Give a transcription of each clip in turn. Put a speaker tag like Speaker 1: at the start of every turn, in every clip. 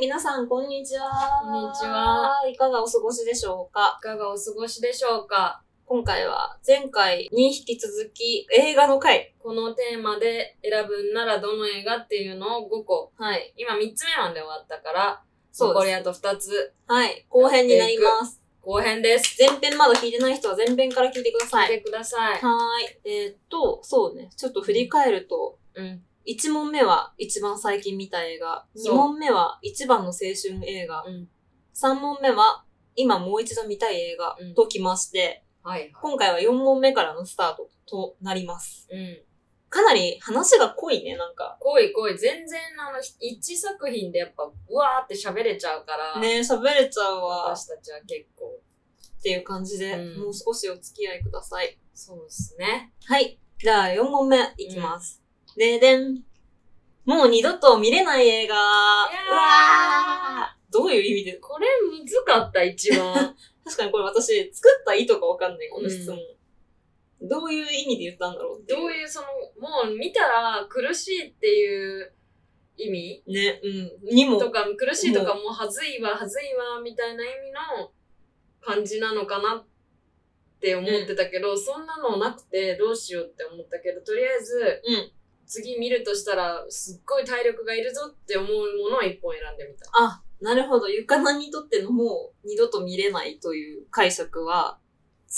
Speaker 1: 皆さん、こんにちは。
Speaker 2: こんにちは。
Speaker 1: いかがお過ごしでしょうか
Speaker 2: いかがお過ごしでしょうか
Speaker 1: 今回は、前回に引き続き、映画の回。
Speaker 2: このテーマで選ぶんならどの映画っていうのを5個。
Speaker 1: はい。
Speaker 2: 今3つ目まで終わったから、
Speaker 1: そうです
Speaker 2: 残りあと2つ。
Speaker 1: はい。後編になります。
Speaker 2: 後編です。
Speaker 1: 前編まだ聞いてない人は前編から聞いてくださ
Speaker 2: 見
Speaker 1: い。
Speaker 2: てください。
Speaker 1: はーい。えーっと、そうね。ちょっと振り返ると、
Speaker 2: うん。
Speaker 1: 1問目は一番最近見た映画。
Speaker 2: そ
Speaker 1: 2
Speaker 2: う
Speaker 1: 問目は一番の青春映画。
Speaker 2: うん。
Speaker 1: 3問目は、今もう一度見たい映画
Speaker 2: うん
Speaker 1: ときまして、
Speaker 2: はいは
Speaker 1: 今回は4問目からのスタートとなります。
Speaker 2: い。うん。
Speaker 1: かなり話が濃いね、なんか。
Speaker 2: 濃い濃い。全然あの、1作品でやっぱ、うわーって喋れちゃうから。。
Speaker 1: ねえ、喋れちゃうわ。
Speaker 2: 私たちは結構。
Speaker 1: っていう感じで、
Speaker 2: うん
Speaker 1: もう少しお付き合いください。
Speaker 2: そうですね。
Speaker 1: はい。じゃあ、4問目いきます。ででん。もう二度と見れない映画。うわーどういう意味で
Speaker 2: これむずかった、一番。
Speaker 1: 確かにこれ私、作った意図がわかんない、この質問。どういう意味で言ったんだろうっていう。
Speaker 2: どういう、その、もう見たら苦しいっていう意味
Speaker 1: ね、うん。にも、
Speaker 2: とか苦しいとかもうはずいわはずいわみたいな意味の感じなのかなって思ってたけど、そんなのなくてどうしようって思ったけどとりあえず
Speaker 1: うん。
Speaker 2: 次見るとしたらすっごい体力がいるぞって思うものを一本選んでみた。
Speaker 1: あ、なるほど。ゆかなにとってのもう二度と見れないという解釈は、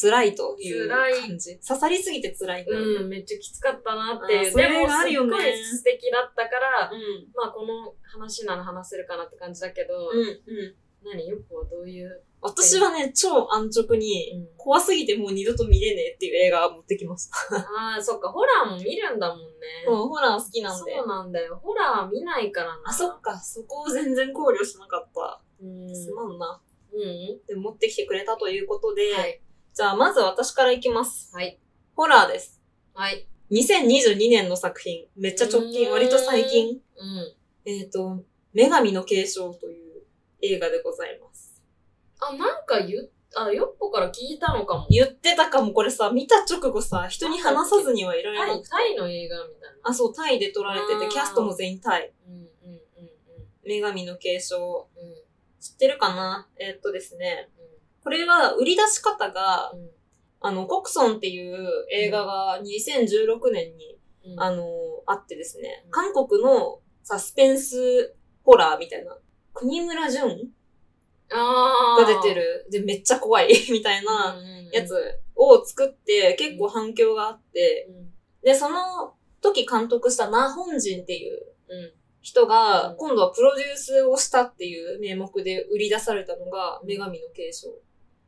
Speaker 1: 辛いという
Speaker 2: 辛い
Speaker 1: 感じ。刺さりすぎて辛いんだよね
Speaker 2: うん、めっちゃきつかったなってい
Speaker 1: あ
Speaker 2: う。
Speaker 1: それ
Speaker 2: でも、
Speaker 1: があ
Speaker 2: す
Speaker 1: る
Speaker 2: っ
Speaker 1: よね
Speaker 2: ごい素敵だったから、
Speaker 1: うん。
Speaker 2: まあ、この話なら話せるかなって感じだけど、
Speaker 1: うん、うん。
Speaker 2: 何よくはどういう。
Speaker 1: 私はね、超安直に、
Speaker 2: うん
Speaker 1: 怖すぎてもう二度と見れねえっていう映画持ってきました。
Speaker 2: ああ、そっか、ホラーも見るんだもんね。
Speaker 1: うん、ホラー好きなんで
Speaker 2: そ。うなんだよ。ホラー見ないからな。
Speaker 1: あ、そっか、そこを全然考慮しなかった。
Speaker 2: うん。
Speaker 1: すまんな。
Speaker 2: うん。
Speaker 1: で、持ってきてくれたということで、
Speaker 2: はい。
Speaker 1: じゃあまず私からいきます。
Speaker 2: はい。
Speaker 1: ホラーです。
Speaker 2: はい。
Speaker 1: 2022年の作品。めっちゃ直
Speaker 2: うー
Speaker 1: 近、
Speaker 2: ん
Speaker 1: 割と最近。
Speaker 2: うん。
Speaker 1: えっ、と、女神の継承という映画でございます。
Speaker 2: あ、なんか言っ、あ、ヨッポから聞いたのかも。
Speaker 1: 言ってたかも、これさ、見た直後さ、人に話さずにはいられ
Speaker 2: タ
Speaker 1: な
Speaker 2: イ、
Speaker 1: くて。
Speaker 2: タイの映画みたいな。
Speaker 1: あ、そう、タイで撮られて
Speaker 2: あ
Speaker 1: て、
Speaker 2: ー
Speaker 1: キャストも全員タイ。
Speaker 2: うんうんうん
Speaker 1: 女神の継承。
Speaker 2: うん。うん
Speaker 1: 知ってるかなえーっとですね。これは売り出し方が
Speaker 2: う、ん
Speaker 1: あの、コクソンっていう映画が2016年に、
Speaker 2: うん。
Speaker 1: あ
Speaker 2: あ
Speaker 1: の、あってですね
Speaker 2: う。ん
Speaker 1: 韓国のサスペンスホラーみたいな。国村淳
Speaker 2: あ
Speaker 1: が
Speaker 2: ー
Speaker 1: 出て。る。で、めっちゃ怖い みたいな
Speaker 2: うんうんうん
Speaker 1: や。つを作って、結構反響があって、
Speaker 2: うん。
Speaker 1: で、その時監督したナ・ホンジンっていう
Speaker 2: うん。
Speaker 1: 人が
Speaker 2: う、ん
Speaker 1: 今度はプロデュースをしたっていう名目で売り出されたのが、女神の継承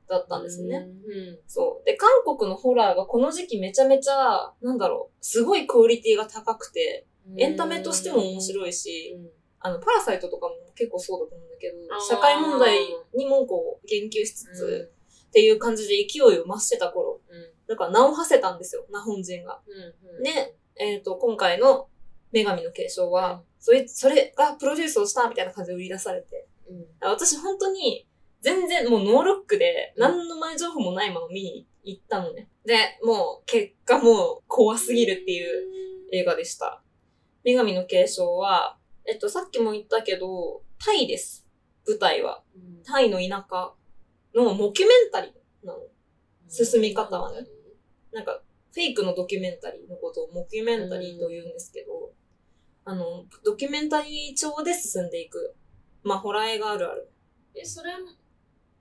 Speaker 1: だったんですね。
Speaker 2: うん。
Speaker 1: そう。で、韓国のホラーがこの時期めちゃめちゃ、なんだろう、すごいクオリティが高くて、
Speaker 2: うん。
Speaker 1: エンタメとしても面白い
Speaker 2: い
Speaker 1: し、
Speaker 2: うん。
Speaker 1: あの、パラサイトとかも結構そうだと思うんだけど
Speaker 2: あ、ー
Speaker 1: 社会問題にもこう、言及しつ
Speaker 2: うん
Speaker 1: つ、っていう感じで勢いを増してた頃、
Speaker 2: うん
Speaker 1: だから名を馳せたんですよ、な本人が。
Speaker 2: うんうん。
Speaker 1: ねえっ、と、今回の女神の継承
Speaker 2: うん
Speaker 1: は、それ、それがプロデュースをしたみたいな感じで売り出されて。
Speaker 2: うん。
Speaker 1: 私本当に、全然もうノーロックで、
Speaker 2: うん
Speaker 1: 何の前情報もないまま見に行ったのね。で、もう、結果もう怖すぎるっていう
Speaker 2: うん。
Speaker 1: 映画でした。女神の継承は、えっと、さっきも言ったけど、タイです。舞台は。
Speaker 2: うん
Speaker 1: タイの田舎のモキュメンタリーなの。進み方はね。なんか、フェイクのドキュメンタリーのことをモキュメンタリーと言うんですけど、あの、ドキュメンタリー調で進んでいく。まあ、ホラー映画あるある。
Speaker 2: え、それ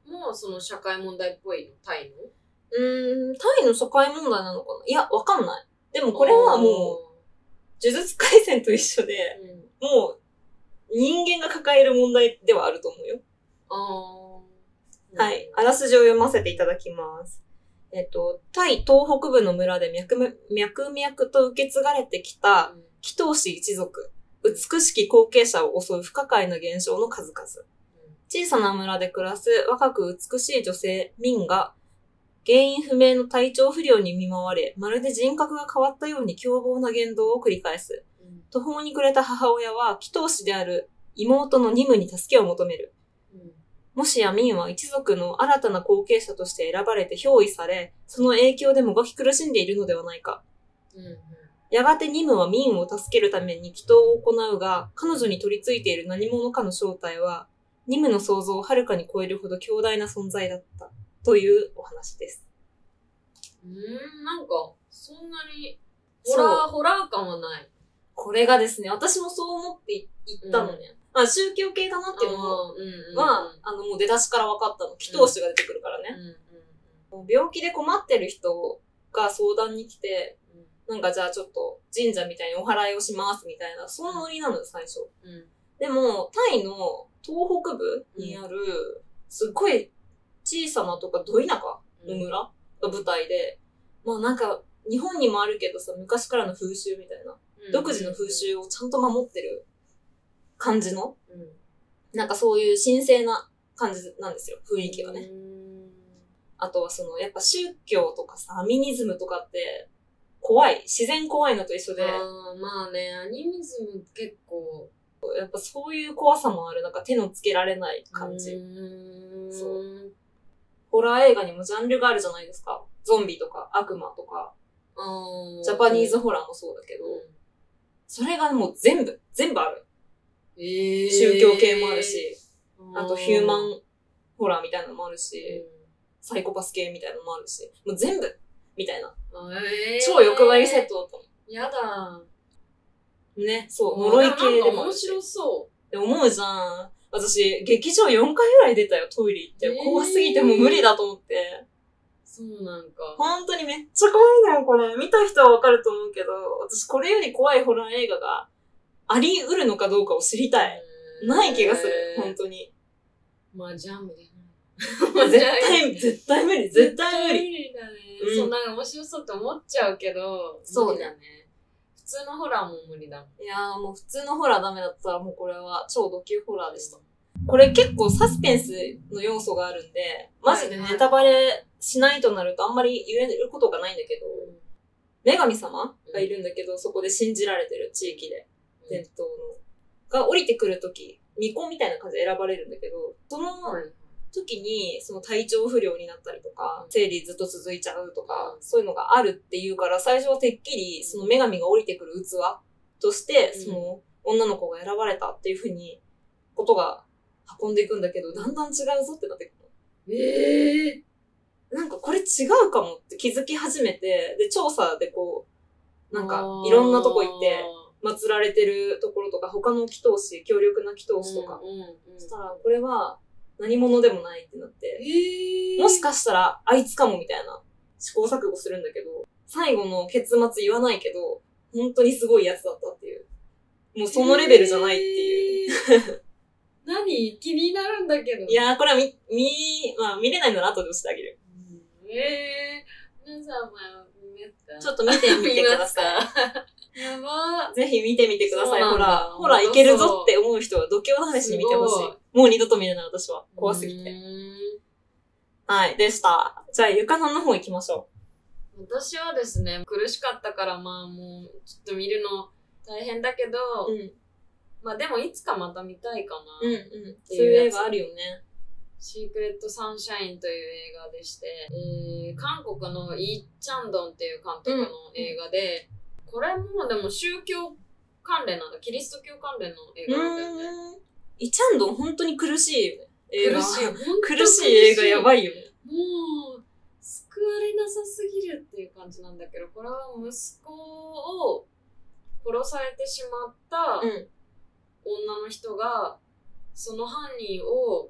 Speaker 2: も、その社会問題っぽいのタイの
Speaker 1: うーん、タイの社会問題なのかないや、わかんない。でもこれはもう、呪術廻戦と一緒で、
Speaker 2: う、うん、
Speaker 1: もう、人間が抱える問題ではあると思うよ。
Speaker 2: あー
Speaker 1: はい。あらすじを読ませていただきます。えっと、タイ東北部の村で脈々脈々と受け継がれてきた、
Speaker 2: うん
Speaker 1: 祈祷師一族、美しき後継者を襲う不可解な現象の数々。小さな村で暮らす若く美しい女性、ミンが、原因不明の体調不良に見舞われ、まるで人格が変わったように凶暴な言動を繰り返す。
Speaker 2: うん
Speaker 1: 途方に暮れた母親は、祈祷師である妹のニムに助けを求める。
Speaker 2: うん
Speaker 1: もしやミンは一族の新たな後継者として選ばれて憑依され、その影響でもがき苦しんでいるのではないか。
Speaker 2: うんうん
Speaker 1: やがてニムはミンを助けるために祈祷を行うが、彼女に取り付いている何者かの正体は、ニムの想像をはるかに超えるほど強大な存在だった。というお話です。
Speaker 2: うーん、なんか、そんなに、ホ
Speaker 1: そう
Speaker 2: ラー、ホラー感はない。
Speaker 1: これがですね、私もそう思ってい行ったのね。まあ宗教系だなっていうのは、
Speaker 2: あー、うんうん。
Speaker 1: あの、もう出だしから分かったの。祈祷師が出てくるから
Speaker 2: うん
Speaker 1: ね。
Speaker 2: うん
Speaker 1: もう病気で困ってる人が相談に来て、なんかじゃあちょっと神社みたいにお祓いをしますみたいな、そのノリなのよ、最初。
Speaker 2: うん。うん。
Speaker 1: でも、タイの東北部にある、すっごい小さなとか、ど田舎の村が舞台で、まあなんか、日本にもあるけどさ、昔からの風習みたいな、独自の風。習をちゃんと守ってる感じの、
Speaker 2: うん。
Speaker 1: なんかそういう神聖な感じなんですよ、雰囲気はね。
Speaker 2: うーん。
Speaker 1: あとはその、やっぱ宗教とかさ、アミニズムとかって、怖い。自然怖いのと一緒で、
Speaker 2: あーまあね、アニミズム結構、
Speaker 1: やっぱそういう怖さもある、なんか手のつけられない感じ。
Speaker 2: うーん。
Speaker 1: そう。ホラー映画にもジャンルがあるじゃないですか。ゾンビとか悪魔とか、
Speaker 2: あ
Speaker 1: ジャパニーズ
Speaker 2: ホ
Speaker 1: ホラーもそうだけど、
Speaker 2: ラー。
Speaker 1: それがもう全部、全部ある。
Speaker 2: えー
Speaker 1: 宗教系もあるし、、
Speaker 2: うん
Speaker 1: あとヒューマンホラーみたいなのもある
Speaker 2: うん
Speaker 1: し、サイコパス系みたいなのもあるし、もう全部みたいな。
Speaker 2: あえー
Speaker 1: 超欲張りセットだった
Speaker 2: やだ。
Speaker 1: の。ね、そう、呪い系で
Speaker 2: なんか
Speaker 1: もあ
Speaker 2: 面
Speaker 1: るし。
Speaker 2: 白そ
Speaker 1: で思うじゃん。私、劇場4回ぐらい出たよ、トイレ行って。
Speaker 2: えー
Speaker 1: 怖すぎてもう無理だと思って。
Speaker 2: う。そうなんか。
Speaker 1: 本当にめっちゃ怖いのよ、これ。見た人はわかると思うけど、私これより怖いホラー映画があり得るのかどうかを知りたい。
Speaker 2: えー
Speaker 1: ない気がする、本当 に。
Speaker 2: まあ、ジャンプで。
Speaker 1: 絶 対、絶対無理、絶対無理。
Speaker 2: 理だね。
Speaker 1: うん
Speaker 2: そう、なんか面白そうって思っちゃうけど、
Speaker 1: そう
Speaker 2: 無理だね。普通のホラーも無理だもん。
Speaker 1: いやーもう普通のホラーダメだったらもうこれは超ド級ホラーでした。これ結構サスペンスの要素があるんで、マジでネタバレしないとなるとあんまり言えることがないんだけど、女神様がいるんだけど、そこで信じられてる地域で、
Speaker 2: うん
Speaker 1: 伝統の。が降りてくるとき、巫女みたいな感じで選ばれるんだけど、その
Speaker 2: はい
Speaker 1: 時に、その体調不良になったりとか
Speaker 2: う、ん
Speaker 1: 生理ずっと続いちゃうとか
Speaker 2: う、ん
Speaker 1: そういうのがあるっていうから、最初はてっきり、その女神が降りてくる器として、
Speaker 2: うん
Speaker 1: その女の子が選ばれたっていうふうに、ことが運んでいくんだけど、だんだん違うぞってなってくる。
Speaker 2: ええ
Speaker 1: なんかこれ違うかもって気づき始めて、で、調査でこう、なんかいろんなとこ行って、祀られてるところとか、他の祈祷師、強力な祈
Speaker 2: あ
Speaker 1: 祷
Speaker 2: ー
Speaker 1: 師とか、
Speaker 2: うんうんうん
Speaker 1: そしたらこれは何者でもないってなって、
Speaker 2: ええ
Speaker 1: もしかしたらあいつかもみたいな試行錯誤するんだけど、最後の結末言わないけど、本当にすごいやつだったっていう。もうそのレベルじゃないっていう。
Speaker 2: う。 何気になるんだけど。
Speaker 1: いやー、これは見、見、まあ見れないなら後で押してあげる。
Speaker 2: うん。ええ皆さんは見ますか
Speaker 1: ちょっと見てみてください。
Speaker 2: い。やば
Speaker 1: ぜひ見てみてください。
Speaker 2: そうな
Speaker 1: ほ
Speaker 2: んだ
Speaker 1: ら、ほら、いけるぞって思う人は度胸試しに見てほし
Speaker 2: す
Speaker 1: い
Speaker 2: ごい。
Speaker 1: もう二度と見れない私は。怖すぎて。
Speaker 2: て。
Speaker 1: はい、でした。じゃあ、ゆかのの方行きましょ
Speaker 2: 私はですね、苦しかったからまあもうちょっと見るの大変だけど、
Speaker 1: う。ん。
Speaker 2: まあでもいつかまた見たいか
Speaker 1: う
Speaker 2: な。
Speaker 1: ん、うん。そういう映画あるよね。
Speaker 2: シークレット・サンシャインという映画でして、えー韓国のイ・チャンドンっていう監督の映画で、これもでも宗教関連なんだ、キリスト教関連の映画なんだよね。
Speaker 1: うーん。イチャンドン本当に苦しいよね。映画。
Speaker 2: 苦しい。本当
Speaker 1: 苦しい映画やばいよね。
Speaker 2: もう、救われなさすぎるっていう感じなんだけど、これは息子を殺されてしまった
Speaker 1: うん。
Speaker 2: 女の人が、その犯人を、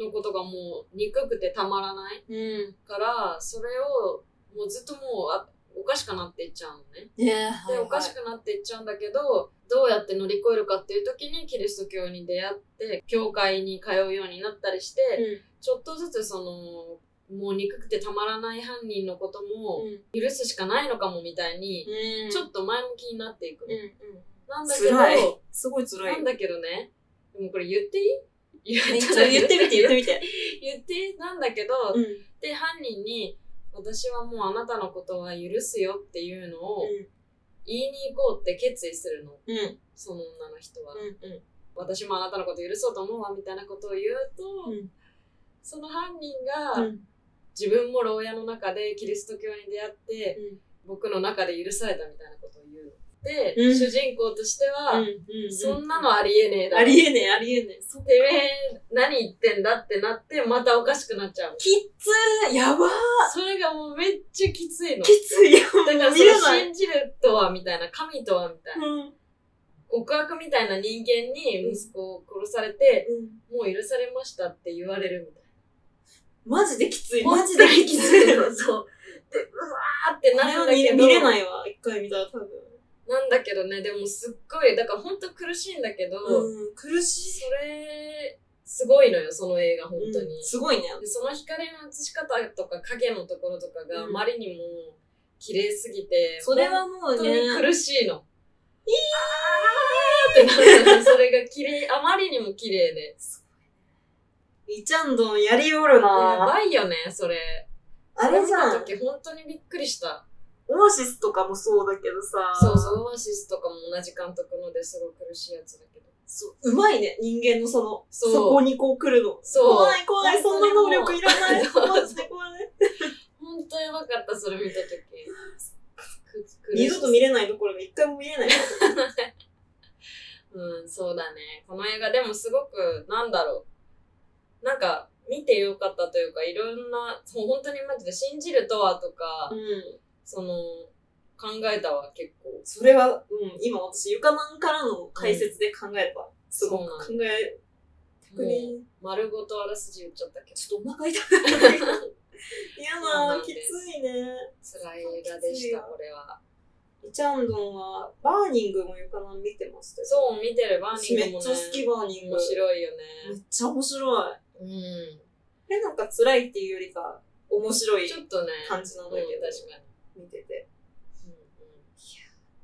Speaker 2: のことがもう憎くてたまらない
Speaker 1: うん。
Speaker 2: から、それをもうずっともうあおかしくなっていっちゃうのね。
Speaker 1: ねえ、
Speaker 2: で、
Speaker 1: はい
Speaker 2: おかしくなっていっちゃうんだけど、どうやって乗り越えるかっていう時にキリスト教に出会って、教会に通うようになったりして、ちょっとずつその、もう憎くてたまらない犯人のこと
Speaker 1: うん。
Speaker 2: も
Speaker 1: うん。
Speaker 2: 許すしかないのかもみたいに、
Speaker 1: うん。
Speaker 2: ちょっと前向きになっていくの。
Speaker 1: うん、うん。
Speaker 2: なんだけど、
Speaker 1: 辛い。すごい辛
Speaker 2: なん
Speaker 1: い。
Speaker 2: だけどね、でもこれ言っていい
Speaker 1: ねちょっと言ってみて、言って
Speaker 2: みて。
Speaker 1: みて。
Speaker 2: 言っていいなんだけど、
Speaker 1: うん。うん。
Speaker 2: で、犯人に、私はもうあなたのことは許すよっていうのを言いに行こうって決意するの、
Speaker 1: うん。
Speaker 2: その女の人は。
Speaker 1: うん。うん。
Speaker 2: 私もあなたのこと許そうと思うわみたいなことを言うと、
Speaker 1: うん
Speaker 2: その犯人が、自分も牢屋の中でキリスト教に出会って、
Speaker 1: うん
Speaker 2: 僕の中で許されたみたいなことを言うの。で、
Speaker 1: うん
Speaker 2: 主人公としては、
Speaker 1: うん
Speaker 2: そんなのありえねえだ
Speaker 1: ありえねえ、ありえねえ。そ
Speaker 2: てめえ、何言ってんだってなって、またおかしくなっちゃう。
Speaker 1: きつーやばー
Speaker 2: それがもうめっちゃきついの。
Speaker 1: きついやば
Speaker 2: だからそ
Speaker 1: 見れな
Speaker 2: の
Speaker 1: い。
Speaker 2: 信じるとはみたいな、神とはみたいな、
Speaker 1: うん。
Speaker 2: 極悪みたいな人間に息子を殺されて、もう許されましたって言われるみたい
Speaker 1: マジできつい。
Speaker 2: な。
Speaker 1: マジできつい。
Speaker 2: 本当にきついのそう。で、うわーってな
Speaker 1: あ
Speaker 2: る
Speaker 1: れ
Speaker 2: ん
Speaker 1: は
Speaker 2: だ
Speaker 1: 見
Speaker 2: け
Speaker 1: れ
Speaker 2: ど。
Speaker 1: 見れないわ、一回見たら多分。
Speaker 2: なんだけどね、でもすっごい、だから本当苦しいんだけど、
Speaker 1: うん、苦しい。
Speaker 2: それ、すごいのよ、その映画、本当に。
Speaker 1: うんすごいね。
Speaker 2: でその光の映し方とか影のところとかが
Speaker 1: う
Speaker 2: あ
Speaker 1: ん
Speaker 2: まりにも綺麗すぎて、
Speaker 1: それはも
Speaker 2: 本
Speaker 1: う
Speaker 2: 当
Speaker 1: ね。
Speaker 2: に苦しいの。いーってなるそれが綺麗、あまりにも綺麗で。
Speaker 1: イチャンドンやりおる
Speaker 2: や
Speaker 1: な
Speaker 2: ばいよね、それ。
Speaker 1: あれじゃ
Speaker 2: そ
Speaker 1: ん
Speaker 2: 見。た時本当にびっくりした。
Speaker 1: オアシスとかもそうだけどさ。
Speaker 2: そうそう、オアシスとかも同じ監督のですごい苦しいやつだけど。
Speaker 1: そう。うまいね、人間のその、
Speaker 2: そう
Speaker 1: そこにこう来るの。
Speaker 2: そう
Speaker 1: 怖い怖い、そんな能力いらない。
Speaker 2: 本当にもう
Speaker 1: マジで怖い。
Speaker 2: 本当やばかった、それ見た時。く苦し
Speaker 1: 二
Speaker 2: い
Speaker 1: 度と見れないどころか一回も見れない。
Speaker 2: うん、そうだね。この映画でもすごく、なんだろう。なんか、見てよかったというか、いろんな、そう本当にマジで信じるとはとか、
Speaker 1: うん。
Speaker 2: その、考えたわ、結構。
Speaker 1: それは、うん、今私、ゆかなんからの解説で考えれば、すごく考えてくれ
Speaker 2: もう丸ごとあらすじ言っちゃったけど、
Speaker 1: ちょっとお腹痛くなってきた。嫌
Speaker 2: そう
Speaker 1: な
Speaker 2: な
Speaker 1: ー、
Speaker 2: ん
Speaker 1: き
Speaker 2: です
Speaker 1: ついね。
Speaker 2: 辛い映画でした、
Speaker 1: きついよ
Speaker 2: これは。
Speaker 1: イチャンドンは、バーニングもゆかなん見てましたよ。
Speaker 2: そう、見てるバーニング
Speaker 1: め
Speaker 2: も
Speaker 1: っ
Speaker 2: ね
Speaker 1: ちゃ、好き、バーニング。
Speaker 2: 面白いよね。
Speaker 1: めっちゃ面白い。
Speaker 2: うん。
Speaker 1: これなんか辛いっていうよりか、面白い
Speaker 2: ちょっとね、
Speaker 1: 感じなんだ
Speaker 2: う
Speaker 1: け
Speaker 2: ん
Speaker 1: ど、
Speaker 2: 確か
Speaker 1: 見てて。
Speaker 2: に。うんうん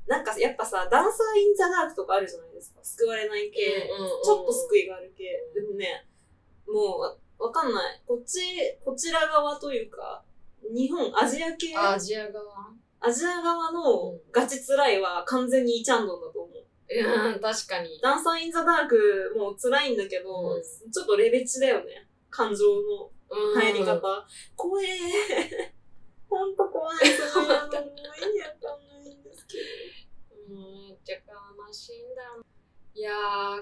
Speaker 1: なんかやっぱさ、ダンサー・イン・ザ・ダークとかあるじゃないですか。救われない系。
Speaker 2: うんうんうん
Speaker 1: ちょっと救いがある系。でもね、もうわ、わかんない。こっち、こちら側というか、日本、アジア系、
Speaker 2: あ
Speaker 1: ア
Speaker 2: アジア側
Speaker 1: ジア側のガチ辛いは完全にイチャンドンだと思う。
Speaker 2: うん、確かに。
Speaker 1: ダンサー・イン・ザ・ダークも辛いんだけど、
Speaker 2: うん
Speaker 1: ちょっとレベチだよね。感情の
Speaker 2: うん
Speaker 1: 入り方。 怖えー。ほんと怖い。そういうのもう意味わかんないんですけど。
Speaker 2: うんめっちゃ悲しいんだよいや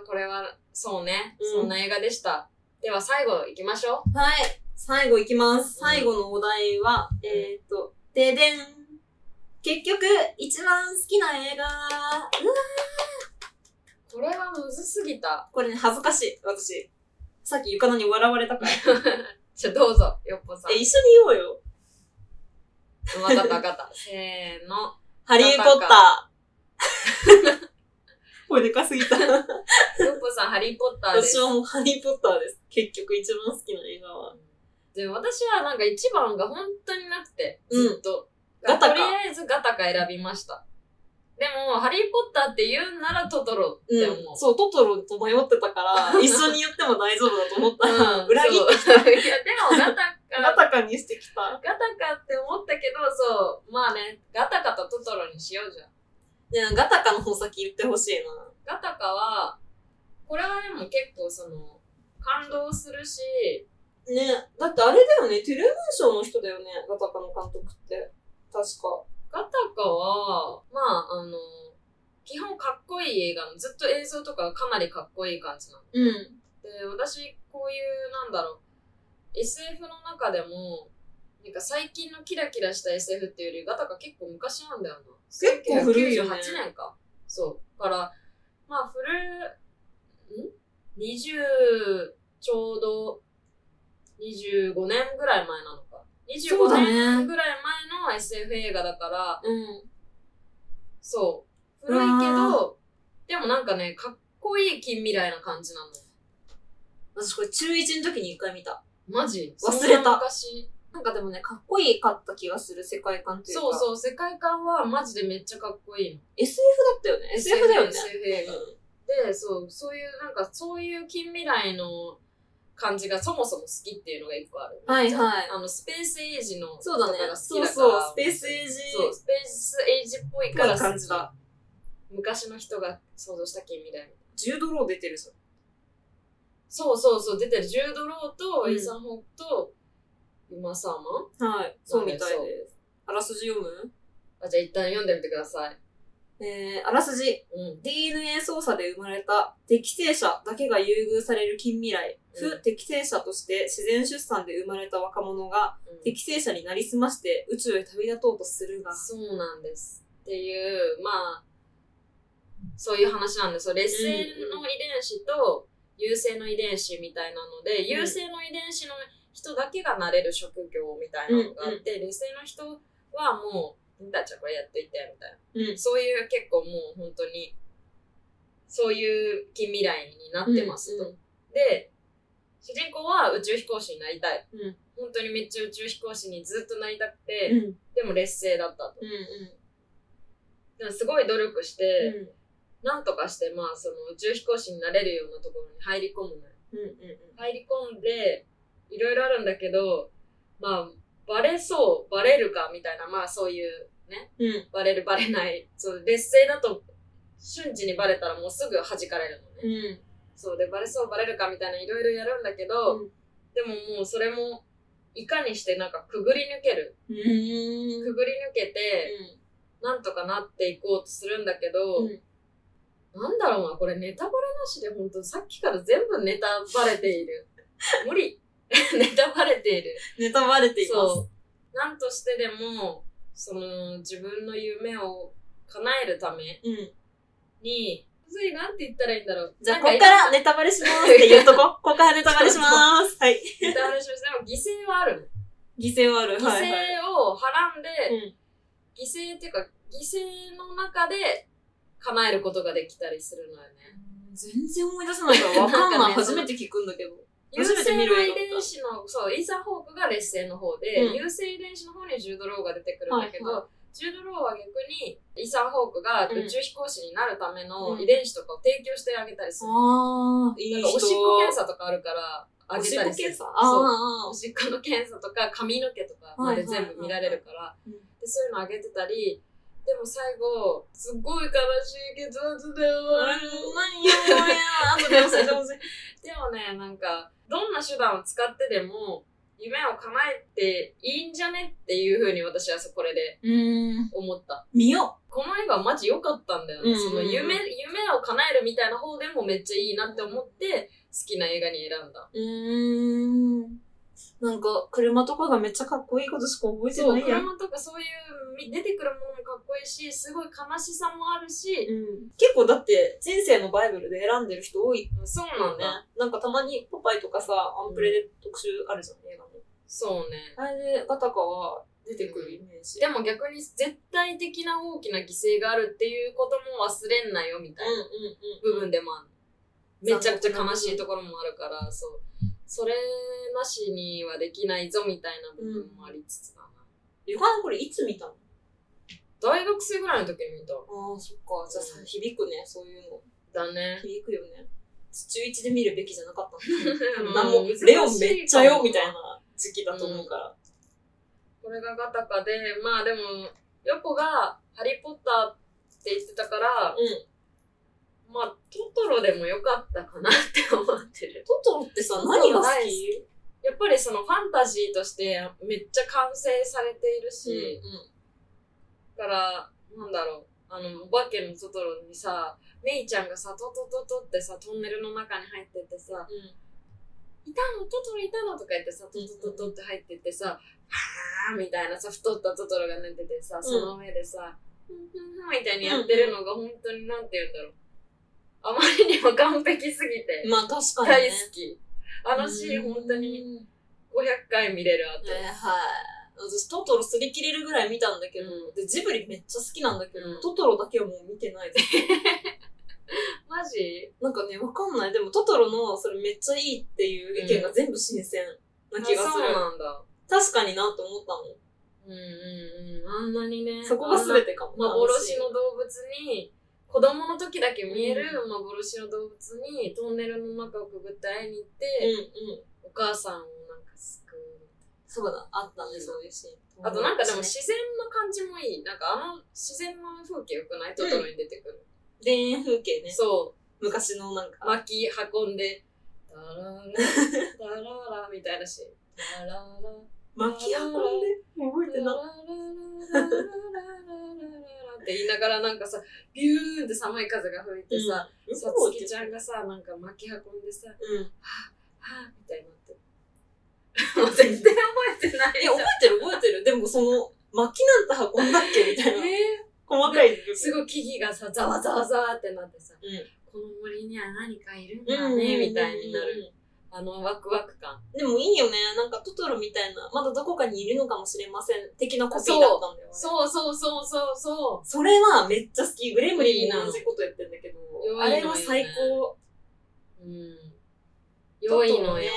Speaker 2: ー、これは、そうね、
Speaker 1: うん
Speaker 2: そんな映画でした。では最後行きましょ
Speaker 1: はい。最後いきます。最後のお題は、
Speaker 2: ん
Speaker 1: えっ、ー、と、ででん。結局、一番好きな映画。うわ
Speaker 2: う。これはむずすぎた。
Speaker 1: これね、恥ずかしい。私。さっきゆかなに笑われたから。
Speaker 2: じゃあどうぞ、よっぽさ ん
Speaker 1: え、。一緒に言おうよ。
Speaker 2: わかったわかった。せーの。
Speaker 1: ハリーポッタ ー。これでかすぎた。
Speaker 2: よっぽさん、ハリーポッターで
Speaker 1: 私
Speaker 2: す。
Speaker 1: はもうハリーポッターです。結局一番好きな映画は。
Speaker 2: で私はなんか一番が本当になくて、
Speaker 1: うん
Speaker 2: ずっと。
Speaker 1: ガタカ
Speaker 2: とりあえずガタカ選びました。でも、ハリーポッターって言うならトトロって思う。
Speaker 1: うん。そう、トトロと迷ってた から、一緒に言っても大丈夫だと思ったら、
Speaker 2: うん
Speaker 1: 裏切っ
Speaker 2: そう いや、でもガタカ。
Speaker 1: ガタカにしてきた。
Speaker 2: ガタカって思ったけど、そう、まあね、ガタカとトトロにしようじゃん。
Speaker 1: ねガタカの方先言ってほしいな。
Speaker 2: ガタカは、これはでも結構その、感動するし、
Speaker 1: ね、だってあれだよね、テレビ賞の人だよね、ガタカの監督って。確か。
Speaker 2: ガタカは、まあ、あの、基本かっこいい映画の、ずっと映像とかかなりかっこいい感じなの。
Speaker 1: うん。
Speaker 2: で、私、こういう、なんだろう、SF の中でも、なんか最近のキラキラした SF っていうより、ガタカ結構昔なんだよな。
Speaker 1: 結構古いよね
Speaker 2: 1998年か。そう。から、まあ、古い、ん ?20、ちょうど、25年ぐらい前なのか。
Speaker 1: そう
Speaker 2: 25
Speaker 1: だね
Speaker 2: 年ぐらい前の SF 映画だから、
Speaker 1: うん。
Speaker 2: そう。古いけど、でもなんかね、かっこいい近未来な感じなの。
Speaker 1: 私これ中1の時に一回見た。
Speaker 2: マジ
Speaker 1: 忘れた
Speaker 2: そんな昔
Speaker 1: なんかでもね、かっこいいかった気がする世界観というか。
Speaker 2: そう
Speaker 1: う。
Speaker 2: そう、世界観はマジでめっちゃかっこいいの。
Speaker 1: SF だったよね。SF だよね。
Speaker 2: SF 映画で、そう、そういう、なんかそういう近未来の感じがそもそも好きっていうのが一個ある。
Speaker 1: はいはい
Speaker 2: あの、スペースエイジのと
Speaker 1: そう
Speaker 2: か
Speaker 1: だ
Speaker 2: が好きだ
Speaker 1: ね
Speaker 2: か。ら。
Speaker 1: そうそう、スペースエイジ
Speaker 2: そう、スペースエイジっぽいから好き
Speaker 1: ぽい感じだ
Speaker 2: 昔の人が想像した近未来。
Speaker 1: ジュードロー出てるじゃん。
Speaker 2: そうそうそう、出てる。ジュード・ローと、
Speaker 1: うん
Speaker 2: イーサン・ホークと、ユマ・サーマン
Speaker 1: はい。そうみたいです。あらすじ読む
Speaker 2: あ、じゃあ一旦読んでみてください。
Speaker 1: えー、あらすじ。
Speaker 2: うん。
Speaker 1: DNA 操作で生まれた適正者だけが優遇される近未来、
Speaker 2: うん
Speaker 1: 不適正者として自然出産で生まれた若者が適正者になりすまして宇宙へ旅立とうとするが、
Speaker 2: そうなんです。っていう、まあ、そういう話なんですよ。劣勢の遺伝子と優勢の遺伝子みたいなので、優勢の遺伝子の人だけがなれる職業みたいなのがあって、劣勢の人はもう、君たちはこれやっといて、みたいな。
Speaker 1: うん
Speaker 2: そういう結構もう本当に、そういう近未来になってますと。
Speaker 1: うんう
Speaker 2: で、主人公は宇宙飛行士になりたい。
Speaker 1: うん
Speaker 2: 本当にめっちゃ宇宙飛行士にずっとなりたく
Speaker 1: う
Speaker 2: て、
Speaker 1: んうん
Speaker 2: でも劣勢だったと。
Speaker 1: う
Speaker 2: でもすごい努力して、
Speaker 1: んうん
Speaker 2: なんとかして、まあ、その宇宙飛行士になれるようなところに入り込むのよ。入り込んで、いろいろあるんだけど、まあ、バレそう、バレるかみたいな、まあそういうね、
Speaker 1: うんうん
Speaker 2: バレる、バレない、そう劣勢だと瞬時にバレたらもうすぐ弾かれるのね。
Speaker 1: うん
Speaker 2: そうで、バレそう、バレるかみたいないろいろやるんだけど、
Speaker 1: うん
Speaker 2: でももうそれも、いかにしてなんかくぐり抜ける。
Speaker 1: う
Speaker 2: く
Speaker 1: ん
Speaker 2: ぐり抜けて、なんとかなっていこうとするんだけ
Speaker 1: う
Speaker 2: ど、
Speaker 1: ん
Speaker 2: なんだろうな、これネタバレなしで本当さっきから全部ネタバレてい る。無理。ネタバレている。
Speaker 1: ネタバレています。
Speaker 2: そう。なんとしてでも、その自分の夢を叶えるため
Speaker 1: うん。
Speaker 2: に、むずいなんて言ったらいいんだろう。
Speaker 1: じゃあ、
Speaker 2: なん
Speaker 1: こ
Speaker 2: か
Speaker 1: っからネタバレしますって言うとこ。 こっからネタバレします。はい。
Speaker 2: ネタバレします。でも犠牲はある
Speaker 1: 犠牲はある。
Speaker 2: の。
Speaker 1: はい、
Speaker 2: 犠
Speaker 1: はい。
Speaker 2: 牲を はらんで、
Speaker 1: うん
Speaker 2: 犠牲っていうか、犠牲の中で叶えることができたりするのよね。
Speaker 1: 全然思い出さないからわかんない。初めて聞くんだけど。
Speaker 2: 優
Speaker 1: 初めて
Speaker 2: 勢
Speaker 1: 見
Speaker 2: の
Speaker 1: る
Speaker 2: 遺
Speaker 1: 映画だった
Speaker 2: 伝子の、そう、イーサン・ホークが劣勢の方で、
Speaker 1: うん
Speaker 2: 優勢遺伝子の方にジュード・ローが出てくるんだけど、
Speaker 1: はい
Speaker 2: ジュード・ローは逆に、イーサン・ホークが
Speaker 1: うん
Speaker 2: 宇宙飛行士になるため
Speaker 1: う
Speaker 2: の
Speaker 1: ん
Speaker 2: 遺伝子とかを提供してあげたりする。
Speaker 1: ああ、いい
Speaker 2: なん
Speaker 1: 人。
Speaker 2: かおしっこ検査とかあるから、あ
Speaker 1: お
Speaker 2: げ
Speaker 1: しった
Speaker 2: り
Speaker 1: こ
Speaker 2: す
Speaker 1: 検
Speaker 2: る。
Speaker 1: 査
Speaker 2: そう
Speaker 1: あ
Speaker 2: おしっこの検査とか、髪の毛とかまで全部見られるから
Speaker 1: いはいはいはい、
Speaker 2: でそういうのあげてたり、でも最後、すっごい悲しい結末で終
Speaker 1: あああ。
Speaker 2: わる。
Speaker 1: 何よ、もや。あとで教えてほしい。
Speaker 2: でもね、なんか、どんな手段を使ってでも、夢を叶えていいんじゃねっていうふうに私はそこれで
Speaker 1: うーん。
Speaker 2: 思った。
Speaker 1: 見よ
Speaker 2: この映画マジ良かったんだよね。
Speaker 1: うんうんうん
Speaker 2: その夢、夢を叶えるみたいな方でもめっちゃいいなって思って、好きな映画に選んだ。
Speaker 1: う。うーん。なんか、車とかがめっちゃかっこいいことしか覚えて
Speaker 2: そ
Speaker 1: な
Speaker 2: う、
Speaker 1: いやん。
Speaker 2: 車とかそういうみ出てくるものもかっこいいし、すごい悲しさもあるし、
Speaker 1: うん結構だって人生のバイブルで選んでる人多い
Speaker 2: そうな
Speaker 1: も
Speaker 2: ん
Speaker 1: んね
Speaker 2: だ。。
Speaker 1: なんかたまにポパイとかさ、アンプレで特集あるじゃん、映画の。
Speaker 2: そうね。
Speaker 1: あれでガタカは出てくるイメージ。
Speaker 2: でも逆に絶対的な大きな犠牲があるっていうことも忘れんなよみたいな。
Speaker 1: うん
Speaker 2: 部分
Speaker 1: で。
Speaker 2: でもある、めちゃくちゃ悲しいところもあるからそうそれなしにはできないぞみたいな部分もありつつだな、
Speaker 1: ゆかんこれいつ見たの
Speaker 2: 大学生ぐらいの時に見た
Speaker 1: ああ、そっか。じゃあさ、響くね、そういうの。
Speaker 2: だね
Speaker 1: 響くよね。中1で見るべきじゃなかったんだね なんも
Speaker 2: 難しい
Speaker 1: レオンめっちゃよみたい
Speaker 2: かも
Speaker 1: な時期だと思うから。
Speaker 2: これがガタカでまあでもヨコが「ハリー・ポッター」って言ってたから
Speaker 1: うん。
Speaker 2: まあトトロでもよかったかなって思ってる
Speaker 1: トトロってさ、
Speaker 2: トトロ
Speaker 1: 何が好
Speaker 2: 大好
Speaker 1: き
Speaker 2: やっぱりそのファンタジーとしてめっちゃ完成されているし、だから、なんだろう、あの、お化けのトトロにさ、メイちゃんがさ、トトトトってさ、トンネルの中に入ってってさ、いたのトトロいたのとか言ってさ、トトトトって入ってってさ、はーみたいなさ、太ったトトロが寝ててさ、その上でさ、ふんふんふんみたいにやってるのが本当になんて言うんだろう。あまりにも完璧すぎ
Speaker 1: う
Speaker 2: て
Speaker 1: ん。、まあ確かにね
Speaker 2: 大好。き。あのシーン本当に
Speaker 1: うん。
Speaker 2: 500回見れるあと。
Speaker 1: えーはい。私、トトロ擦り切れるぐらい見たんだけど、
Speaker 2: うん
Speaker 1: で、ジブリめっちゃ好きなんだけど、
Speaker 2: うん
Speaker 1: トトロだけはもう見てないです。
Speaker 2: マジ
Speaker 1: なんかね、わかんない。でも、トトロの、それめっちゃいいっていう意見が全部新鮮な気が
Speaker 2: あ
Speaker 1: す
Speaker 2: そう
Speaker 1: る。
Speaker 2: なんだ。
Speaker 1: 確かになと思ったもん。
Speaker 2: うんうんうん。あんなにね。
Speaker 1: そこが全てかも。
Speaker 2: 幻の動物に子供の時だけ見える幻の動物にトンネルの中をくぐって会いに行っ
Speaker 1: うんう
Speaker 2: て、
Speaker 1: ん。
Speaker 2: お母さんをなんか救う
Speaker 1: そうだ、あったね、そういうシーン。
Speaker 2: あとなんかでも自然の感じもいいなんかあの自然の風景よくないトトロに出てくる、
Speaker 1: 田園風景ね。
Speaker 2: そ
Speaker 1: 昔のなん
Speaker 2: う
Speaker 1: か。
Speaker 2: 巻き運んで「タララタララ」みたいなシーン「タララ」
Speaker 1: 巻き運んで、覚えてな。
Speaker 2: って言いながらなんかさ、ビューンって寒い風が吹いてさ、さつきちゃんがさ、なんか巻き運んでさ、は
Speaker 1: うん。
Speaker 2: ぁ、はぁ、みたいになって。もう絶対覚えてない
Speaker 1: い
Speaker 2: じ
Speaker 1: や、
Speaker 2: ゃん。
Speaker 1: 覚えてる覚えてる。でもその、巻きなんて運んだっけみたいな。
Speaker 2: え
Speaker 1: 細かい部分。
Speaker 2: ーすごい木々がさ、ざわざわざわってなってさ、
Speaker 1: うん
Speaker 2: この森には何かいるん
Speaker 1: うん
Speaker 2: だ
Speaker 1: うんうん
Speaker 2: ね、みたいになる。。あのワクワク感。
Speaker 1: でもいいよね。なんかトトロみたいな、まだどこかにいるのかもしれません。的なコピーだったんだよね。う。
Speaker 2: そうそうそうそうそ
Speaker 1: それはめっちゃ好き。グレムリンも同じことやってんだけど
Speaker 2: いい、な
Speaker 1: あれは最高。
Speaker 2: う。うん。良い
Speaker 1: トト
Speaker 2: の
Speaker 1: ロね
Speaker 2: よ。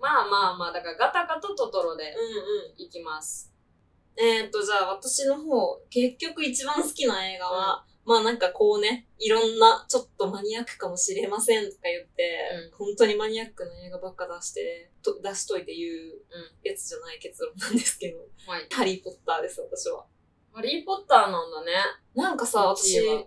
Speaker 2: まあまあまあ、だからガタガタトトロで
Speaker 1: うんうん。
Speaker 2: いきます。
Speaker 1: えー、っと、じゃあ私の方、結局一番好きな映画は、まあなんかこうね、いろんな、ちょっとマニアックかもしれませんとか言って、本当にマニアックな映画ばっか出して、と出しといて言うやつじゃない結論なんですけど、
Speaker 2: はい。
Speaker 1: ハリーポッターです、私は。
Speaker 2: ハリーポッターなんだね。
Speaker 1: なんかさ、私
Speaker 2: 一位は、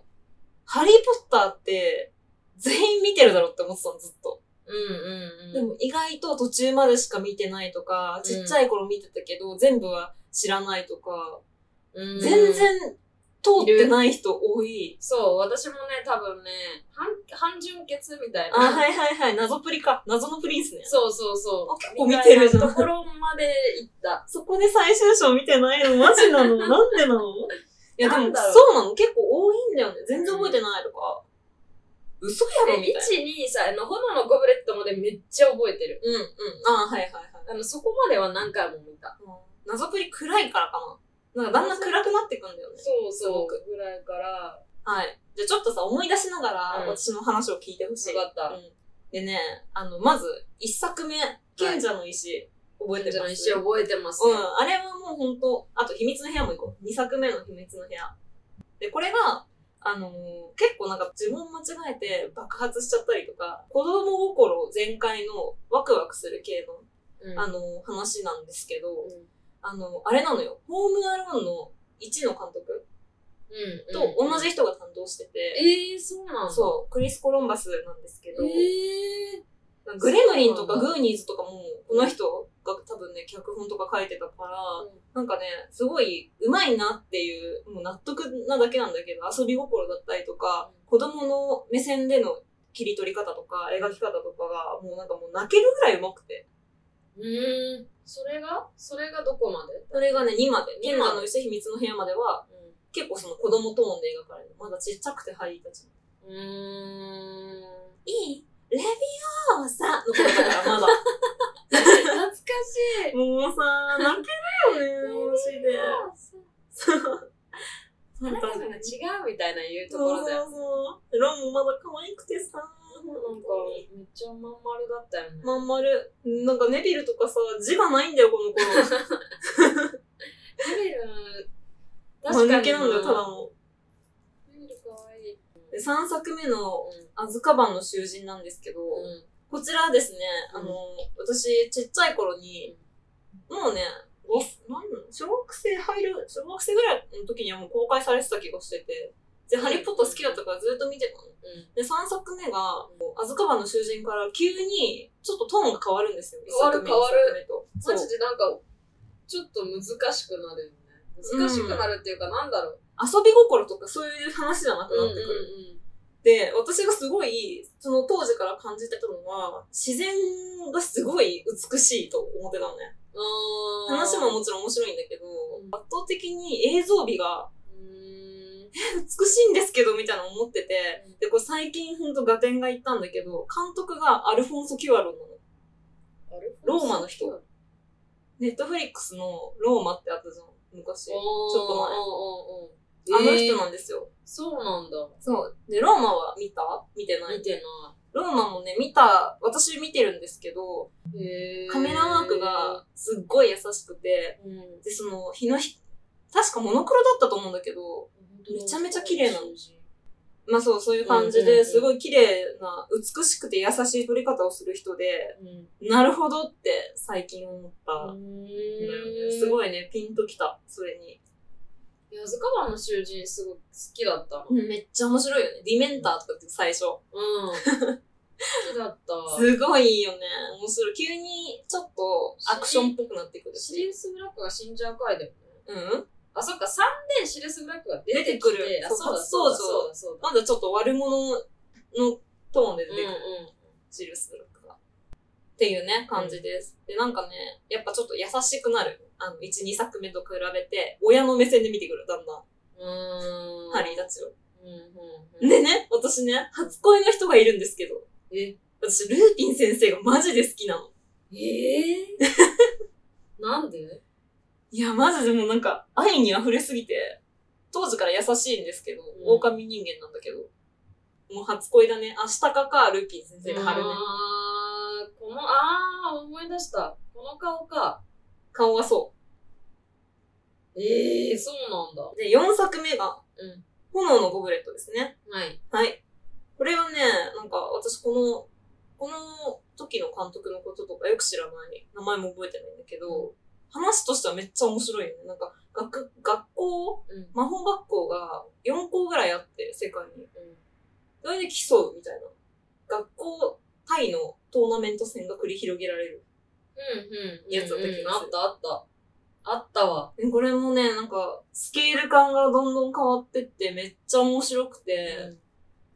Speaker 1: ハリーポッターって、全員見てるだろうって思ってたの、ずっと。
Speaker 2: うんうんうん。
Speaker 1: でも意外と途中までしか見てないとか、ちっちゃい頃見てたけど、全部は知らないとか、
Speaker 2: うん
Speaker 1: 全然通ってない人多い。
Speaker 2: そう、私もね、多分ね、半半純血みたい
Speaker 1: あ、
Speaker 2: な。
Speaker 1: はいはいはい。謎プリか。謎のプリンスね。
Speaker 2: そうそうそう。
Speaker 1: あ結構見てるじゃん
Speaker 2: みたいなところまで行った。
Speaker 1: そこで最終章見てないのマジな のなんでなのいやで
Speaker 2: な
Speaker 1: も
Speaker 2: んだろう
Speaker 1: そうなの結構多いんだよね。全然覚えてないとか。嘘やろ
Speaker 2: で、
Speaker 1: みたいな。
Speaker 2: 1、2、3、あの、炎のゴブレットまでめっちゃ覚えてる。
Speaker 1: うんうん。あはいはいはい。
Speaker 2: あの、そこまでは何回も見た。
Speaker 1: 謎プリ暗いからかな。なんかだんだん暗くなってくんだよね。
Speaker 2: そう
Speaker 1: すご
Speaker 2: そ
Speaker 1: く
Speaker 2: う。ぐらいから、
Speaker 1: はい。じゃあちょっとさ、思い出しながら
Speaker 2: うん
Speaker 1: 私の話を聞いてほしい。
Speaker 2: 分かった
Speaker 1: うんでね、あの、まず、一作目、賢者の石、覚えてます
Speaker 2: じゃあ一応覚えてます
Speaker 1: う
Speaker 2: よ。
Speaker 1: ん、あれはもう本当あと秘密の部屋も行こう。2作目の秘密の部屋。で、これが、あのー結構なんか呪文間違えて爆発しちゃったりとか、子供心全開のワクワクする系の、
Speaker 2: うん
Speaker 1: あのー話なんですけど、
Speaker 2: うん
Speaker 1: あのーあれなのよ。ホームアローンの1の監督
Speaker 2: うん
Speaker 1: と同じ人が担当してて、
Speaker 2: ええー、そうなんだ。
Speaker 1: そう、クリス・コロンバスなんですけど、
Speaker 2: ええ
Speaker 1: グレムリンとか
Speaker 2: そう
Speaker 1: グ
Speaker 2: なん
Speaker 1: ーニーズとかも、この人が多分ね、脚本とか書いてたから、なんかね、すごい上手いなっていう、もう納得なだけなんだけど、遊び心だったりとか、子供の目線での切り取り方とか、描き方とかが、もうなんかもう泣けるぐらい上手くて。
Speaker 2: うーん。それがそれがどこまで
Speaker 1: それがね、2まで、
Speaker 2: 二
Speaker 1: 現
Speaker 2: まで
Speaker 1: 代の石秘密の部屋までは、結構その子供トーンで描かれる。まだちっちゃくてハリーたちも。
Speaker 2: うん。うーん。
Speaker 1: いいレビオーサのことだから、ま だ。
Speaker 2: 懐かしい。
Speaker 1: もうさ、泣けるよね、マジで。
Speaker 2: あ なたが違うみたいな言うところで。なん
Speaker 1: そうそうそう。ロンもまだ可愛くてさ、
Speaker 2: か、めっちゃまん丸だったよね。
Speaker 1: まん丸。なんかネビルとかさ、字がないんだよ、この頃。
Speaker 2: ヘベル、
Speaker 1: 真
Speaker 2: 確か
Speaker 1: 抜
Speaker 2: に
Speaker 1: け
Speaker 2: な。
Speaker 1: なんだよ、ただの。
Speaker 2: ヘベルかわいい。
Speaker 1: で、3作目の、
Speaker 2: うん
Speaker 1: アズカバンの囚人なんですけど、こちらはですね、あの、
Speaker 2: うん
Speaker 1: 私、ちっちゃい頃に、もうね、ごなんなの小学生入る、小学生ぐらいの時にはもう公開されてた気がしてて、で、
Speaker 2: うん
Speaker 1: ハリーポッター好きだったからずっと見てたの。
Speaker 2: うん
Speaker 1: で、3作目が、アズカバンの囚人から急に、ちょっとトーンが変わるんですよ。
Speaker 2: 変わ
Speaker 1: 一
Speaker 2: る
Speaker 1: 作目
Speaker 2: 変わる
Speaker 1: 二作目と。そう
Speaker 2: マジでなんか、ちょっと難しくなるよね。難しくなるっていうか、なんだろう。
Speaker 1: 遊び心とかそういう話じゃなくなってくる。
Speaker 2: うん
Speaker 1: で、私がすごい、その当時から感じてたのは、自然がすごい美しいと思ってたのね。
Speaker 2: あー
Speaker 1: 話ももちろん面白いんだけど、
Speaker 2: ん
Speaker 1: 圧倒的に映像美が
Speaker 2: うーん
Speaker 1: 美しいんですけど、みたいなの思ってて、で、これ最近ほんとガテンが言ったんだけど、監督がアルフォンソ・キュアロンなの。ローマの人
Speaker 2: あれ
Speaker 1: ネットフリックスのローマってあったじゃん、昔。
Speaker 2: ち
Speaker 1: あ
Speaker 2: ょっと前。
Speaker 1: の人
Speaker 2: えー
Speaker 1: なんですよ。
Speaker 2: そうなんだ。
Speaker 1: そう。で、ローマは見た見てない
Speaker 2: 見て
Speaker 1: ローマもね、見た、私見てるんですけど、
Speaker 2: ない。へー
Speaker 1: カメラワークが、すっごい優しくて、
Speaker 2: うん
Speaker 1: で、その、日の日、確かモノクロだったと思うんだけど、めちゃめちゃ綺麗なのまあそう、そういう感じ
Speaker 2: うんうんう
Speaker 1: で、
Speaker 2: ん
Speaker 1: すごい綺麗な、美しくて優しい撮り方をする人で、
Speaker 2: うん
Speaker 1: なるほどって最近思った
Speaker 2: うん
Speaker 1: だよね。す
Speaker 2: い。
Speaker 1: ごいね、ピンときた、それに。
Speaker 2: ヤズカバの囚人すごい好きだったの。
Speaker 1: めっちゃ面白いよね。ディメンターとかって最初。
Speaker 2: うん。好きだっ た。
Speaker 1: すごいいいよね。面白い。急にちょっとアクションっぽくなってくる
Speaker 2: シリ
Speaker 1: し。
Speaker 2: ウス・ブラックが死んじゃう回だよね。
Speaker 1: うん。
Speaker 2: あ、そっか、3でシリウス・ブラックが出てきて
Speaker 1: 出てくる
Speaker 2: あ、
Speaker 1: そう
Speaker 2: そうだ、
Speaker 1: 初
Speaker 2: そうだ、
Speaker 1: 登
Speaker 2: そうだ、そうだ。
Speaker 1: まだちょっと悪者のトーンで出
Speaker 2: う
Speaker 1: て
Speaker 2: ん
Speaker 1: く
Speaker 2: う
Speaker 1: る。
Speaker 2: ん。
Speaker 1: シルスブラックが。っていうね、感じです。で、なんかね、やっぱちょっと優しくなる。あの、1、2作目と比べて、親の目線で見てくる、だんだん、
Speaker 2: うーん。
Speaker 1: ハリーたちを。
Speaker 2: うんうんうん。
Speaker 1: でね、私ね、初恋の人がいるんですけど、
Speaker 2: え、
Speaker 1: 私、ルーピン先生がマジで好きなの。
Speaker 2: ええなん で
Speaker 1: いや、マジでもうなんか、愛に溢れすぎて、当時から優しいんですけど、
Speaker 2: ん
Speaker 1: 狼人間なんだけど、もう初恋だね。明日かか、ルーピン先生が春ね。
Speaker 2: あー、この、あー、思い出した。この顔か。
Speaker 1: 顔はそ
Speaker 2: ええー、そうなんだ。
Speaker 1: う。で、4作目が、
Speaker 2: うん
Speaker 1: 炎のゴブレットですね。
Speaker 2: はい。
Speaker 1: はい。これはね、なんか私この、この時の監督のこととかよく知らない。名前も覚えてないんだけど、話としてはめっちゃ面白いよね。なんか、学、学校、
Speaker 2: うん。うん。
Speaker 1: 魔法学校が4校ぐらいあって、世界に。それで競うみたいな。学校対のトーナメント戦が繰り広げられる。
Speaker 2: うん。うん。
Speaker 1: やつだった気が
Speaker 2: あ
Speaker 1: す
Speaker 2: っ
Speaker 1: る
Speaker 2: た、あった。あったわ。
Speaker 1: でこれもね、なんか、スケール感がどんどん変わってって、めっちゃ面白くて、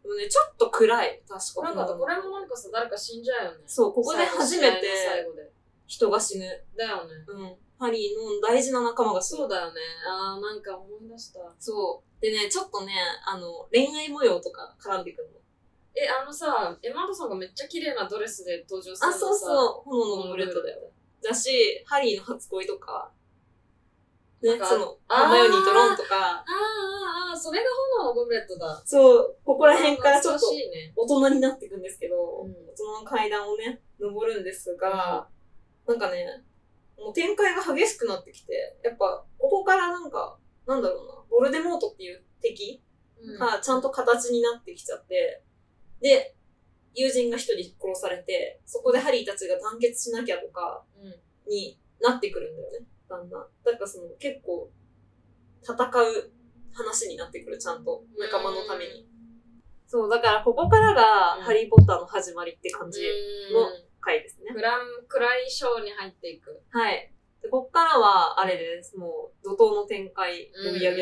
Speaker 1: でもね、ちょっと暗い、確か
Speaker 2: なんか、これもなんかさ、誰か死んじゃうよね。
Speaker 1: そう、ここで初めて
Speaker 2: 最後の試合の最後で。
Speaker 1: 人が死ぬ。
Speaker 2: だよね。
Speaker 1: うん。ハリーの大事な仲間が死ぬ
Speaker 2: そうだよね。あー、なんか思い出した。
Speaker 1: そう。でね、ちょっとね、あの、恋愛模様とか絡んでくるの。
Speaker 2: え、あのさ、エマンドさんがめっちゃ綺麗なドレスで登場する
Speaker 1: あ、
Speaker 2: のさ。
Speaker 1: そう
Speaker 2: う。
Speaker 1: そう。炎のブレッドだよ。だし、ハリーの初恋とか、
Speaker 2: な
Speaker 1: ね、
Speaker 2: んか
Speaker 1: その、
Speaker 2: あ
Speaker 1: ハ
Speaker 2: ー
Speaker 1: ーマヨニーとロンとか、
Speaker 2: あーあーあー、それが炎のゴブレットだ。
Speaker 1: そう、ここら辺からちょっと
Speaker 2: 懐かしいね。
Speaker 1: 大人になっていくんですけど、
Speaker 2: うん
Speaker 1: 大人の階段をね、登るんですが、なんかね、もう展開が激しくなってきて、やっぱ、ここからなんか、なんだろうな、ボルデモートっていう敵がちゃん
Speaker 2: と。
Speaker 1: と形になってきちゃって、で、友人が一人殺されて、そこでハリーたちが団結しなきゃとか
Speaker 2: うん。
Speaker 1: になってくるんだよね、だんだん。だからその結構、戦う話になってくる、ちゃんと。仲間のために。そう、だからここからが
Speaker 2: うん
Speaker 1: ハリーポッターの始まりって感じ
Speaker 2: う
Speaker 1: 回ですね
Speaker 2: ん。。暗暗いショーに入っていく。
Speaker 1: はい。で、こっからは、あれです。もう、怒涛の展開、追い上げ。
Speaker 2: うんう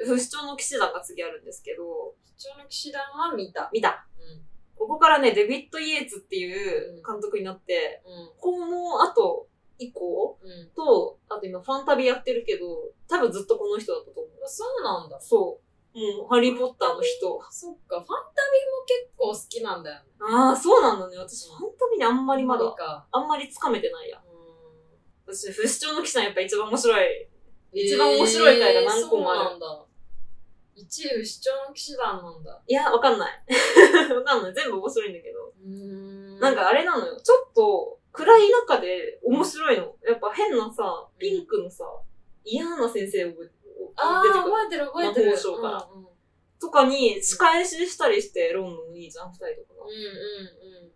Speaker 2: んうん。
Speaker 1: 不死鳥の騎士団が次あるんですけど、
Speaker 2: 不調の騎士団は見た。
Speaker 1: 見た
Speaker 2: うん。
Speaker 1: ここからね、デビッド・イエーツっていう監督になって、
Speaker 2: う
Speaker 1: この後以降
Speaker 2: ん。うん。
Speaker 1: と、あと今ファンタビやってるけど、多分ずっとこの人だったと思う。
Speaker 2: そうなんだ。
Speaker 1: そう。もう、ハリー・ポッターの人。
Speaker 2: そっか、ファンタビも結構好きなんだよね。
Speaker 1: ああ、そうなんだね。私、ファンタビにあんまりま
Speaker 2: いい
Speaker 1: だ、
Speaker 2: か。
Speaker 1: あんまりつかめてないや
Speaker 2: う。ん
Speaker 1: 私、不死鳥の騎士団やっぱ一番面白い。一番面白い回が何個もある
Speaker 2: えーそうなんだ。一位不死鳥の騎士団なんだ。
Speaker 1: いや、わかんない。 わかんない。全部面白いんだけど。
Speaker 2: うん
Speaker 1: なんかあれなのよ。ちょっと暗い中で面白いの。やっぱ変なさ、ピンクのさ、嫌な先生を覚えてる。
Speaker 2: あ
Speaker 1: 出て
Speaker 2: あ、
Speaker 1: くる
Speaker 2: 覚えてる覚えてる。
Speaker 1: 魔法省から
Speaker 2: うんうん
Speaker 1: とかに仕返ししたりして、ロンのお兄ちゃん二人とか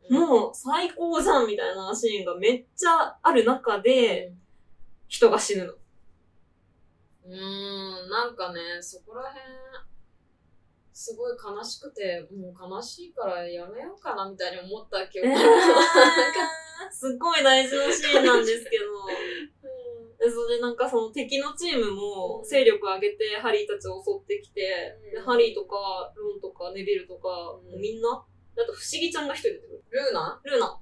Speaker 2: うん
Speaker 1: が。
Speaker 2: うんうん。
Speaker 1: もう最高じゃんみたいなシーンがめっちゃある中で、人が死ぬの。
Speaker 2: うん、うん、なんかね、そこら辺、すごい悲しくて、もう悲しいからやめようかなみたいに思った記憶があ る。
Speaker 1: すっごい大事なシーンなんですけど。
Speaker 2: う ん
Speaker 1: でそれでなんかその敵のチームも勢力上げてハリーたちを襲ってきて、で
Speaker 2: うん
Speaker 1: ハリーとかロンとかネビルとか、
Speaker 2: うん
Speaker 1: みんなあと不思議ちゃんが一人出てくる
Speaker 2: ルーナ
Speaker 1: ルーナ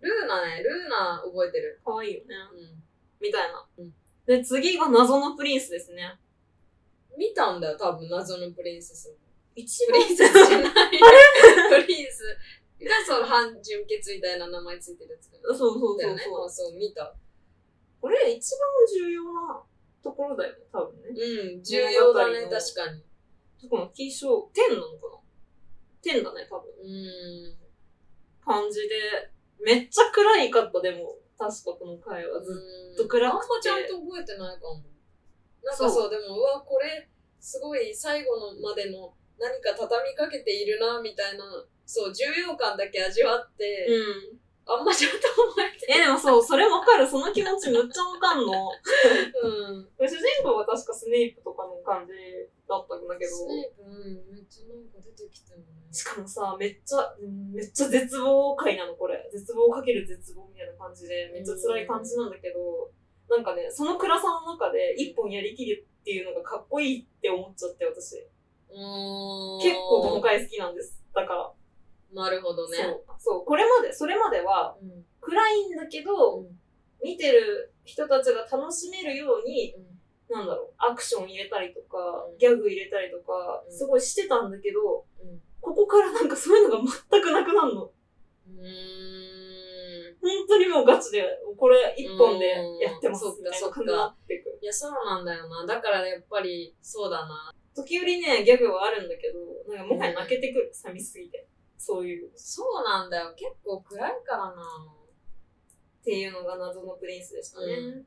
Speaker 2: ルーナね、ルーナ覚えてる。
Speaker 1: 可愛いよね
Speaker 2: うん
Speaker 1: みたいな、
Speaker 2: うん
Speaker 1: で次が謎のプリンスですね
Speaker 2: 見たんだよ、多分謎のプリンセスも。
Speaker 1: 一
Speaker 2: プ
Speaker 1: 番
Speaker 2: リンセス じゃない。プリンスがその半純血みたいな名前ついてるやつだよね。
Speaker 1: そうそうそうそう、
Speaker 2: あそう、見た。
Speaker 1: これ一番重要なところだよね多分ね
Speaker 2: うん、重要だね、
Speaker 1: 物語の
Speaker 2: 確かに。
Speaker 1: そこの金賞天なのかな天だね多分
Speaker 2: うん。
Speaker 1: 感じでめっちゃ暗いかったでも確かこの回はずっと
Speaker 2: ず
Speaker 1: っと暗くて
Speaker 2: あんまちゃんと覚えてないかも。なんかそう、
Speaker 1: そ
Speaker 2: でも、うわ、これ、すごい最後のまでの何か畳みかけているな、みたいな、そう、重要感だけ味わって、
Speaker 1: うん
Speaker 2: あんまちゃんと覚えて
Speaker 1: え、でもそう、それわかる。その気 持ちむっちゃわかんの。
Speaker 2: ない。うん。
Speaker 1: 主人公は確かスネイプとかの感じだったんだけど、
Speaker 2: スネイプ、うん、めっちゃなんか出てきたよね。
Speaker 1: しかもさ、めっちゃ、めっちゃ絶望回なの、これ。絶望かける絶望みたいな感じで、めっちゃ辛い感じなんだけど、なんかね、その暗さの中で一本やりきるっていうのがかっこいいって思っちゃって、私。結
Speaker 2: 結
Speaker 1: 構この回好きなんです。だから。
Speaker 2: なるほどね。
Speaker 1: そう。そう。これまで、それまでは、
Speaker 2: うん
Speaker 1: 暗いんだけど、
Speaker 2: うん
Speaker 1: 見てる人たちが楽しめるように、なんだろう、アクション入れたりとか
Speaker 2: う、ん
Speaker 1: ギャグ入れたりとか、
Speaker 2: うん
Speaker 1: すごいしてたんだけど、
Speaker 2: うん
Speaker 1: ここからなんかそういうのが全くなくなるの。
Speaker 2: うーん
Speaker 1: 本当にもうガチで、これ一本でやってます
Speaker 2: うん
Speaker 1: みたい
Speaker 2: そ
Speaker 1: な
Speaker 2: っか
Speaker 1: 感じになってくる。
Speaker 2: いや、そうなんだよな。だからやっぱり、そうだな。
Speaker 1: 時折ね、ギャグはあるんだけど、なんかもはや泣けてくる、寂しすぎて。そういう。っ
Speaker 2: そうなんだよ。結構暗いからな。
Speaker 1: ていうのが謎のプリンスでしたね。
Speaker 2: う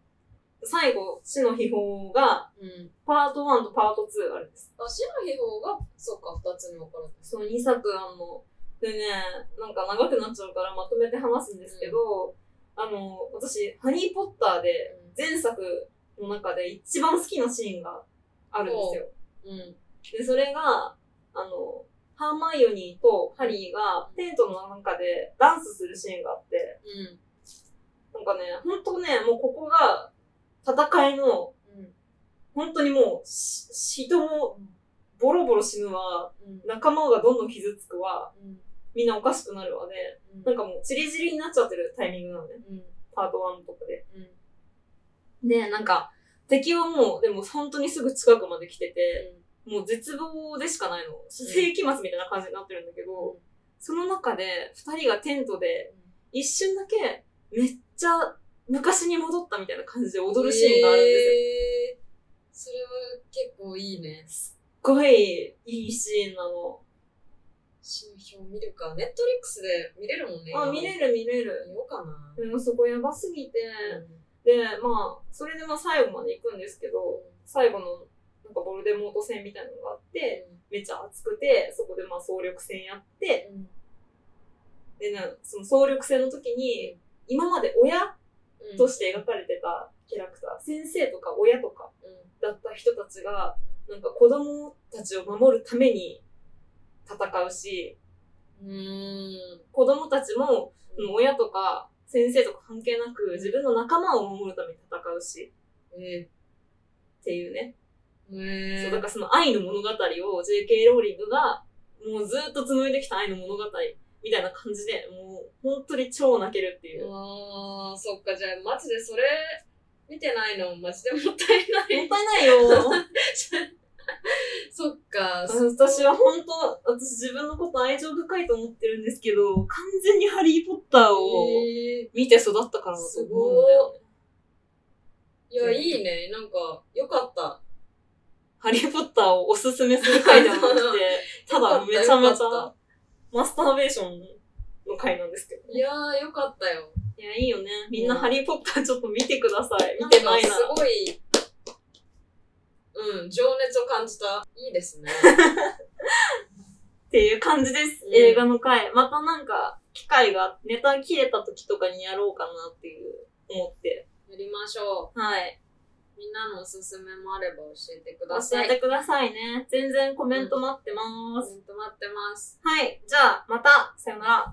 Speaker 1: 最後、死の秘宝が、
Speaker 2: うん。
Speaker 1: パート1とパート2あるんです。
Speaker 2: あ、死の秘宝が、そっか、二つに分かれて
Speaker 1: その2作あんの。でね、なんか長くなっちゃうからまとめて話すんですけど、あの、私、ハニーポッターで、
Speaker 2: る。
Speaker 1: 前作の中で一番好きなシーンがあるんですよ。
Speaker 2: うん。
Speaker 1: で、それが、あの、ハーマイオニーとハリーがテントの中でダンスするシーンがあって、
Speaker 2: うん。
Speaker 1: なんかね、ほんとね、もうここが戦いの、
Speaker 2: うん。
Speaker 1: 本当にもうし、人もボロボロ死ぬわ、
Speaker 2: うん。
Speaker 1: 仲間がどんどん傷つくわ、
Speaker 2: うん。
Speaker 1: みんなおかしくなるわで、
Speaker 2: うん。
Speaker 1: なんかもうチリチリになっちゃってるタイミングなのね、
Speaker 2: うん。
Speaker 1: パート1とかで。
Speaker 2: うん。
Speaker 1: で、なんか、敵はもう、でも本当にすぐ近くまで来てて、
Speaker 2: うん。
Speaker 1: もう絶望でしかないの。世紀末みたいな感じになってるんだけど、
Speaker 2: うん
Speaker 1: その中で、二人がテントで、一瞬だけ、めっちゃ昔に戻ったみたいな感じで踊るシーンがあるんですよ。
Speaker 2: すよ。それは結構いいね。
Speaker 1: すっごいいいシーンなの。
Speaker 2: 死の秘宝見るか。ネットリックスで見れるもんね。
Speaker 1: あ、見れる見れる。
Speaker 2: 見ようかな。
Speaker 1: でもそこやばすぎて、
Speaker 2: う
Speaker 1: で、まあ、それでまあ最後まで行くんですけど、最後の、なんかボルデモート戦みたいなのがあって、めっちゃ熱くて、そこでまあ総力戦やって、
Speaker 2: ん。
Speaker 1: で、なその総力戦の時に、今まで親
Speaker 2: うん。
Speaker 1: として描かれてたキャラクター、先生とか親とか
Speaker 2: うん。
Speaker 1: だった人たちが、なんか子供たちを守るために戦うし、
Speaker 2: うーん。
Speaker 1: 子供たちも、その親とか先生とか関係なく、自分の仲間を守るために戦うし、
Speaker 2: え
Speaker 1: っていうね。
Speaker 2: ー、え
Speaker 1: そ
Speaker 2: ー。
Speaker 1: う、だからその愛の物語を JK ローリングが、もうずっと紡いできた愛の物語みたいな感じで、もう本当に超泣けるっていう。
Speaker 2: あー、そっか、じゃあ、マジでそれ、見てないの、マジでもったいな
Speaker 1: もっ
Speaker 2: い。
Speaker 1: たい ないよ。
Speaker 2: そっか、そ
Speaker 1: 私は本当、私自分のこと愛情深いと思ってるんですけど、完全にハリー・ポッターを
Speaker 2: え
Speaker 1: 見て育ったからだと思うんだよね。
Speaker 2: ー、いや、いいね。なんか、よかった。
Speaker 1: ハリー・ポッターをおすすめする回ではなくて、 ただめちゃめち
Speaker 2: よか
Speaker 1: ゃ
Speaker 2: っ
Speaker 1: マスターベーションの回なんですけど
Speaker 2: た
Speaker 1: ね。
Speaker 2: いやー、よかったよ。
Speaker 1: いや、いいよね。みん
Speaker 2: う
Speaker 1: なんハリー・ポッターちょっと見てください。見てないな
Speaker 2: なん
Speaker 1: ら。
Speaker 2: かすごい、うん、情熱を感じた。いいですね。
Speaker 1: っていう感じです。
Speaker 2: うん
Speaker 1: 映画の回。またなんか、機会が、ネタ切れた時とかにやろうかなっていう、思って。
Speaker 2: やりましょ
Speaker 1: はい。
Speaker 2: う。みんなのおすすめもあれば教えてくだ
Speaker 1: 教
Speaker 2: さい。
Speaker 1: え
Speaker 2: コ
Speaker 1: てくださいね。全然コメント待ってます。
Speaker 2: メント待ってます。
Speaker 1: はい。じゃあ、また、さよなら。